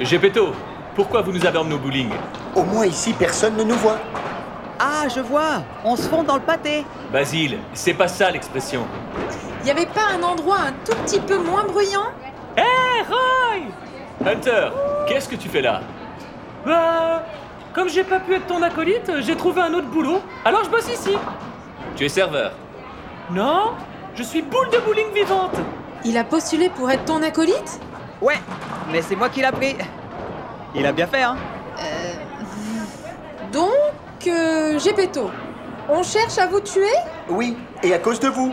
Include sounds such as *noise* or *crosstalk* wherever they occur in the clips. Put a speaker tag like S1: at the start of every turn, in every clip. S1: Gepetto, pourquoi vous nous avez emmenés au bowling
S2: Au moins ici, personne ne nous voit.
S3: Ah, je vois On se fond dans le pâté
S1: Basile, c'est pas ça l'expression.
S4: Il n'y avait pas un endroit un tout petit peu moins bruyant
S1: Hé, Roy Hunter, qu'est-ce que tu fais là
S5: Bah, comme j'ai pas pu être ton acolyte, j'ai trouvé un autre boulot, alors je bosse ici.
S1: Tu es serveur.
S5: Non, je suis boule de bowling vivante.
S4: Il a postulé pour être ton acolyte
S3: Ouais, mais c'est moi qui l'a pris. Il a bien fait, hein
S4: Donc, euh, Gepetto, on cherche à vous tuer
S2: Oui, et à cause de vous.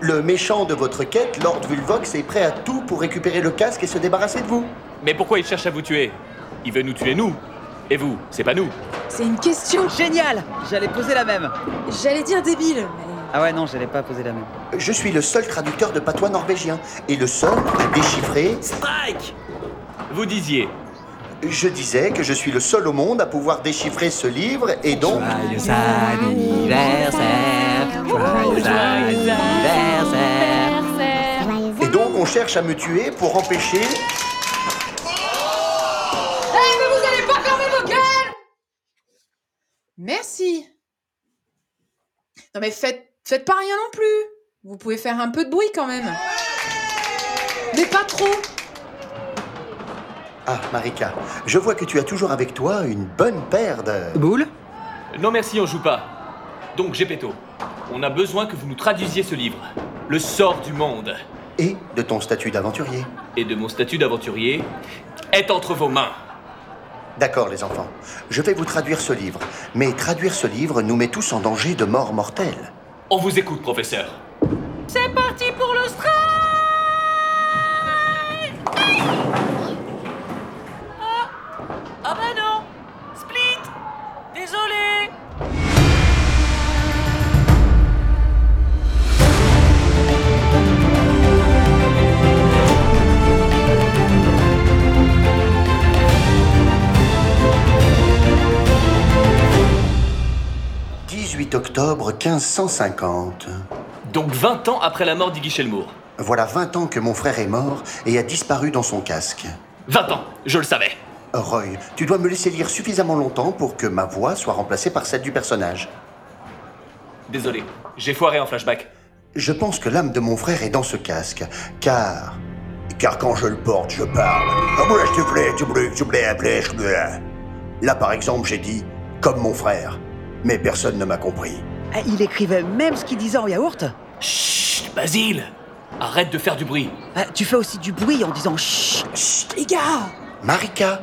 S2: Le méchant de votre quête, Lord Vulvox, est prêt à tout pour récupérer le casque et se débarrasser de vous.
S1: Mais pourquoi il cherche à vous tuer Il veut nous tuer, nous. Et vous, c'est pas nous.
S4: C'est une question.
S3: Génial J'allais poser la même.
S4: J'allais dire débile, mais
S3: Ah ouais, non, j'allais pas poser la même.
S2: Je suis le seul traducteur de patois norvégien et le seul à déchiffrer.
S1: Strike Vous disiez.
S2: Je disais que je suis le seul au monde à pouvoir déchiffrer ce livre et donc. Et donc on cherche à me tuer pour empêcher.
S4: mais vous allez pas fermer vos gueules Merci. Non mais faites, faites pas rien non plus. Vous pouvez faire un peu de bruit quand même. Mais pas trop.
S2: Ah, Marika, je vois que tu as toujours avec toi une bonne paire de.
S3: Boule
S1: Non merci, on joue pas. Donc Gepetto, on a besoin que vous nous traduisiez ce livre. Le sort du monde.
S2: Et de ton statut d'aventurier.
S1: Et de mon statut d'aventurier est entre vos mains.
S2: D'accord, les enfants. Je vais vous traduire ce livre. Mais traduire ce livre nous met tous en danger de mort mortelle.
S1: On vous écoute, professeur.
S5: C'est parti pour le strike Ah, ah bah non Split Désolé
S2: « 18 octobre 1550.
S1: Donc 20 ans après la mort d'Iggy Shelmour.
S2: Voilà 20 ans que mon frère est mort et a disparu dans son casque.
S1: 20 ans, je le savais.
S2: Roy, tu dois me laisser lire suffisamment longtemps pour que ma voix soit remplacée par celle du personnage.
S1: Désolé, j'ai foiré en flashback.
S2: Je pense que l'âme de mon frère est dans ce casque, car... Car quand je le porte, je parle. Ah Là, par exemple, j'ai dit « comme mon frère », mais personne ne m'a compris.
S3: Ah, Il écrivait même ce qu'il disait en yaourt
S1: Chut, Basile Arrête de faire du bruit.
S3: Ah, Tu fais aussi du bruit en disant chut
S4: Chut, les gars
S2: Marika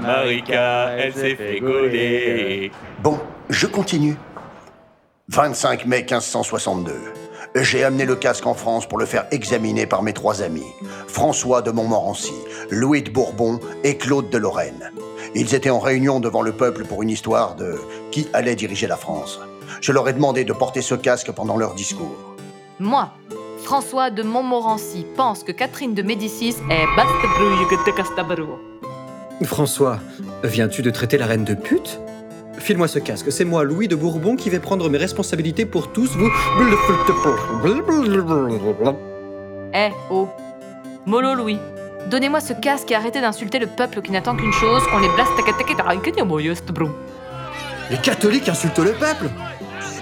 S1: Marika, elle s'est fait gauler.
S2: Bon, je continue. 25 mai 1562. J'ai amené le casque en France pour le faire examiner par mes trois amis, François de Montmorency, Louis de Bourbon et Claude de Lorraine. Ils étaient en réunion devant le peuple pour une histoire de qui allait diriger la France. Je leur ai demandé de porter ce casque pendant leur discours.
S6: Moi, François de Montmorency, pense que Catherine de Médicis est baste
S7: François, viens-tu de traiter la reine de pute File-moi ce casque, c'est moi, Louis de Bourbon, qui vais prendre mes responsabilités pour tous vous.
S6: Eh oh Molo Louis, donnez-moi ce casque et arrêtez d'insulter le peuple qui n'attend qu'une chose, qu'on les blaste
S7: Les catholiques insultent le peuple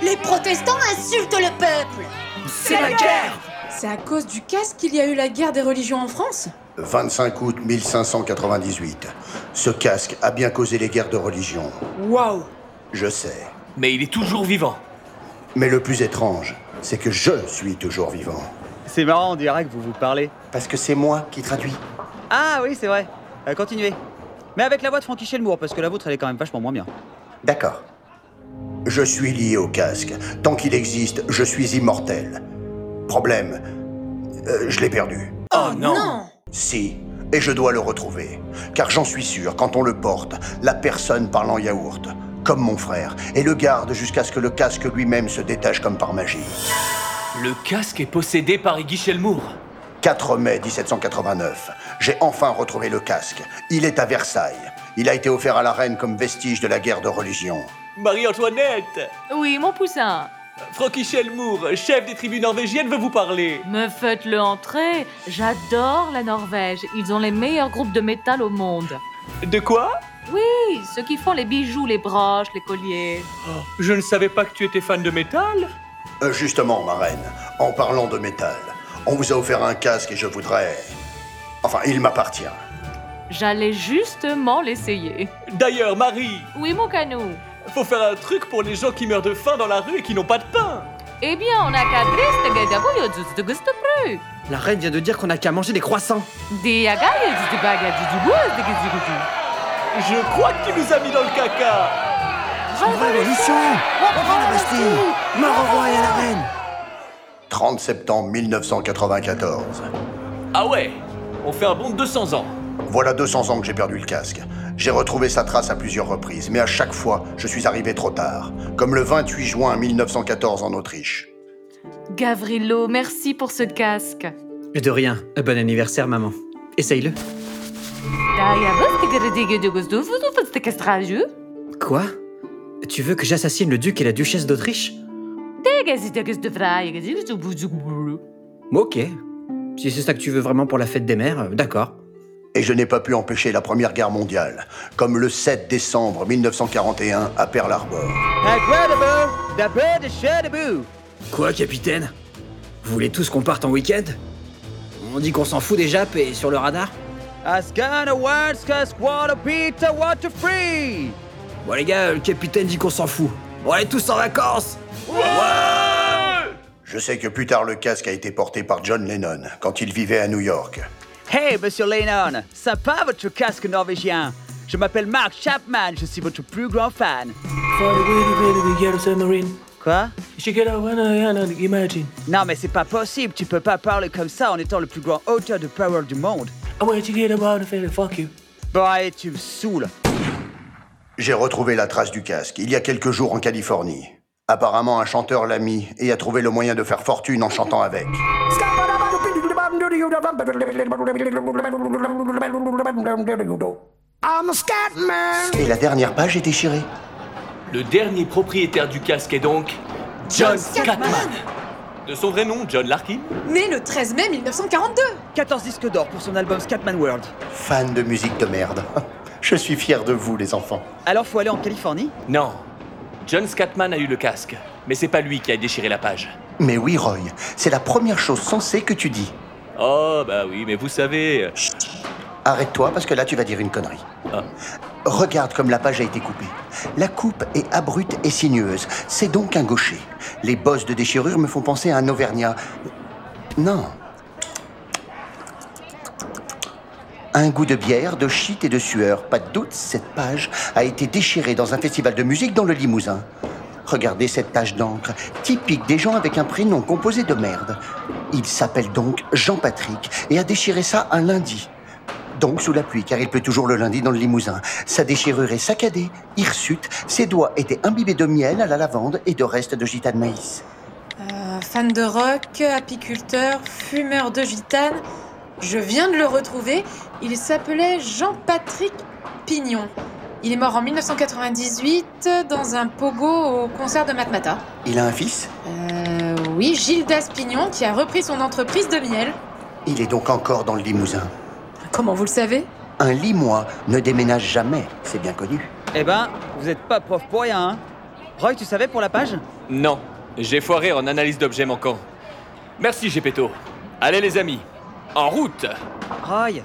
S8: Les protestants insultent le peuple
S3: C'est la guerre
S4: C'est à cause du casque qu'il y a eu la guerre des religions en France
S2: 25 août 1598. Ce casque a bien causé les guerres de religion.
S4: Waouh
S2: Je sais.
S1: Mais il est toujours vivant.
S2: Mais le plus étrange, c'est que je suis toujours vivant.
S3: C'est marrant, on dirait que vous vous parlez.
S2: Parce que c'est moi qui traduis.
S3: Ah oui, c'est vrai. Euh, continuez. Mais avec la voix de Frankie Shelmour, parce que la vôtre, elle est quand même vachement moins bien.
S2: D'accord. Je suis lié au casque. Tant qu'il existe, je suis immortel. Problème, euh, je l'ai perdu.
S1: Oh
S4: Non
S2: Si, et je dois le retrouver. Car j'en suis sûr, quand on le porte, la personne parle en yaourt, comme mon frère, et le garde jusqu'à ce que le casque lui-même se détache comme par magie.
S1: Le casque est possédé par Iggy Shelmour.
S2: 4 mai 1789, j'ai enfin retrouvé le casque. Il est à Versailles. Il a été offert à la reine comme vestige de la guerre de religion.
S1: Marie-Antoinette
S6: Oui, mon poussin
S1: Frankie Shelmour, chef des tribus norvégiennes, veut vous parler.
S6: Me faites-le entrer. J'adore la Norvège. Ils ont les meilleurs groupes de métal au monde.
S1: De quoi
S6: Oui, ceux qui font les bijoux, les broches, les colliers.
S5: Je ne savais pas que tu étais fan de métal.
S2: Euh, justement, ma reine, en parlant de métal, on vous a offert un casque et je voudrais... Enfin, il m'appartient.
S6: J'allais justement l'essayer.
S1: D'ailleurs, Marie,
S6: Oui, mon canot.
S1: faut faire un truc pour les gens qui meurent de faim dans la rue et qui n'ont pas de pain.
S6: Eh bien, on a qu'à triste gadabouyodzus de gustabrug.
S7: La reine vient de dire qu'on n'a qu'à manger des croissants.
S6: Des agayodzus de bagadidibous de guzigoudou.
S1: Je crois que tu nous as mis dans le caca.
S7: Révolution Reprends la Bastille Mort au roi et à la reine
S2: 30 septembre 1994.
S1: Ah ouais, on fait un bond de 200 ans.
S2: Voilà 200 ans que j'ai perdu le casque. J'ai retrouvé sa trace à plusieurs reprises, mais à chaque fois, je suis arrivé trop tard. Comme le 28 juin 1914 en Autriche.
S6: Gavrilo, merci pour ce casque.
S7: De rien. Bon anniversaire, maman. Essaye-le.
S6: Dayabous de gadigoudous de gustabrug de castrajou.
S7: Quoi Tu veux que j'assassine le duc et la duchesse d'Autriche
S6: Des gazidagus de vraie gadigoudous
S7: Ok. Si c'est ça que tu veux vraiment pour la fête des mères, euh, d'accord.
S2: Et je n'ai pas pu empêcher la Première Guerre mondiale, comme le 7 décembre 1941 à Pearl Harbor.
S3: Incredible The bird is shadaboo.
S7: Quoi, capitaine Vous voulez tous qu'on parte en week-end On dit qu'on s'en fout des Japs et sur le radar
S3: Asgana Wanska Squad Peter Water Free
S7: Bon les gars, le capitaine dit qu'on s'en fout. On est tous en vacances
S2: Je sais que plus tard, le casque a été porté par John Lennon quand il vivait à New York.
S3: Hey, monsieur Lennon Sympa votre casque norvégien Je m'appelle Mark Chapman, je suis votre plus grand fan. Quoi Non, mais c'est pas possible, tu peux pas parler comme ça en étant le plus grand auteur de parole du monde. Bon, allez, tu me saoules.
S2: J'ai retrouvé la trace du casque il y a quelques jours en Californie. Apparemment, un chanteur l'a mis et a trouvé le moyen de faire fortune en chantant avec. Et la dernière page est déchirée.
S1: Le dernier propriétaire du casque est donc John Scatman. De son vrai nom, John Larkin.
S4: Né le 13 mai 1942.
S3: 14 disques d'or pour son album Scatman World.
S2: Fan de musique de merde. *laughs* Je suis fier de vous, les enfants.
S3: Alors faut aller en Californie
S1: Non, John Scatman a eu le casque, mais c'est pas lui qui a déchiré la page.
S2: Mais oui, Roy, c'est la première chose sensée que tu dis.
S1: Oh bah oui, mais vous savez. euh,
S2: Arrête-toi parce que là, tu vas dire une connerie.
S1: Ah.
S2: Regarde comme la page a été coupée. La coupe est abrupte et sinueuse. C'est donc un gaucher. Les bosses de déchirure me font penser à un Auvergnat. Non. Un goût de bière, de shit et de sueur. Pas de doute, cette page a été déchirée dans un festival de musique dans le Limousin. Regardez cette tache d'encre, typique des gens avec un prénom composé de merde. Il s'appelle donc Jean-Patrick et a déchiré ça un lundi. Donc sous la pluie, car il pleut toujours le lundi dans le Limousin. Sa déchirure est saccadée, hirsute, ses doigts étaient imbibés de miel à la lavande et de restes de gitane maïs.
S4: Euh, fan de rock, apiculteur, fumeur de gitane. Je viens de le retrouver. Il s'appelait Jean-Patrick Pignon. Il est mort en 1998 dans un pogo au concert de Matmata.
S2: Il a un fils
S4: Euh, oui, Gildas Pignon qui a repris son entreprise de miel.
S2: Il est donc encore dans le Limousin.
S4: Comment vous le savez
S2: Un Limois ne déménage jamais, c'est bien connu.
S3: Eh ben, vous êtes pas prof pour rien, hein Roy, tu savais pour la page
S1: Non, j'ai foiré en analyse d'objets manquants. Merci, Gepetto. Allez, les amis, en route
S3: Roy,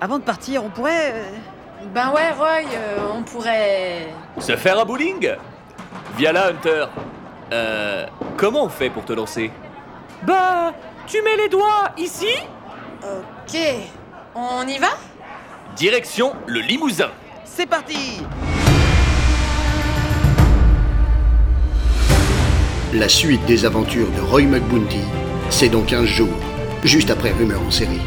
S3: avant de partir, on pourrait... euh,
S4: Ben ouais, Roy, euh, on pourrait.
S1: Se faire un bowling Via la Hunter. Euh. Comment on fait pour te lancer
S5: Bah, tu mets les doigts ici
S4: Ok, on y va
S1: Direction le Limousin.
S3: C'est parti
S2: La suite des aventures de Roy McBounty, c'est donc un jour, juste après Rumeur en série.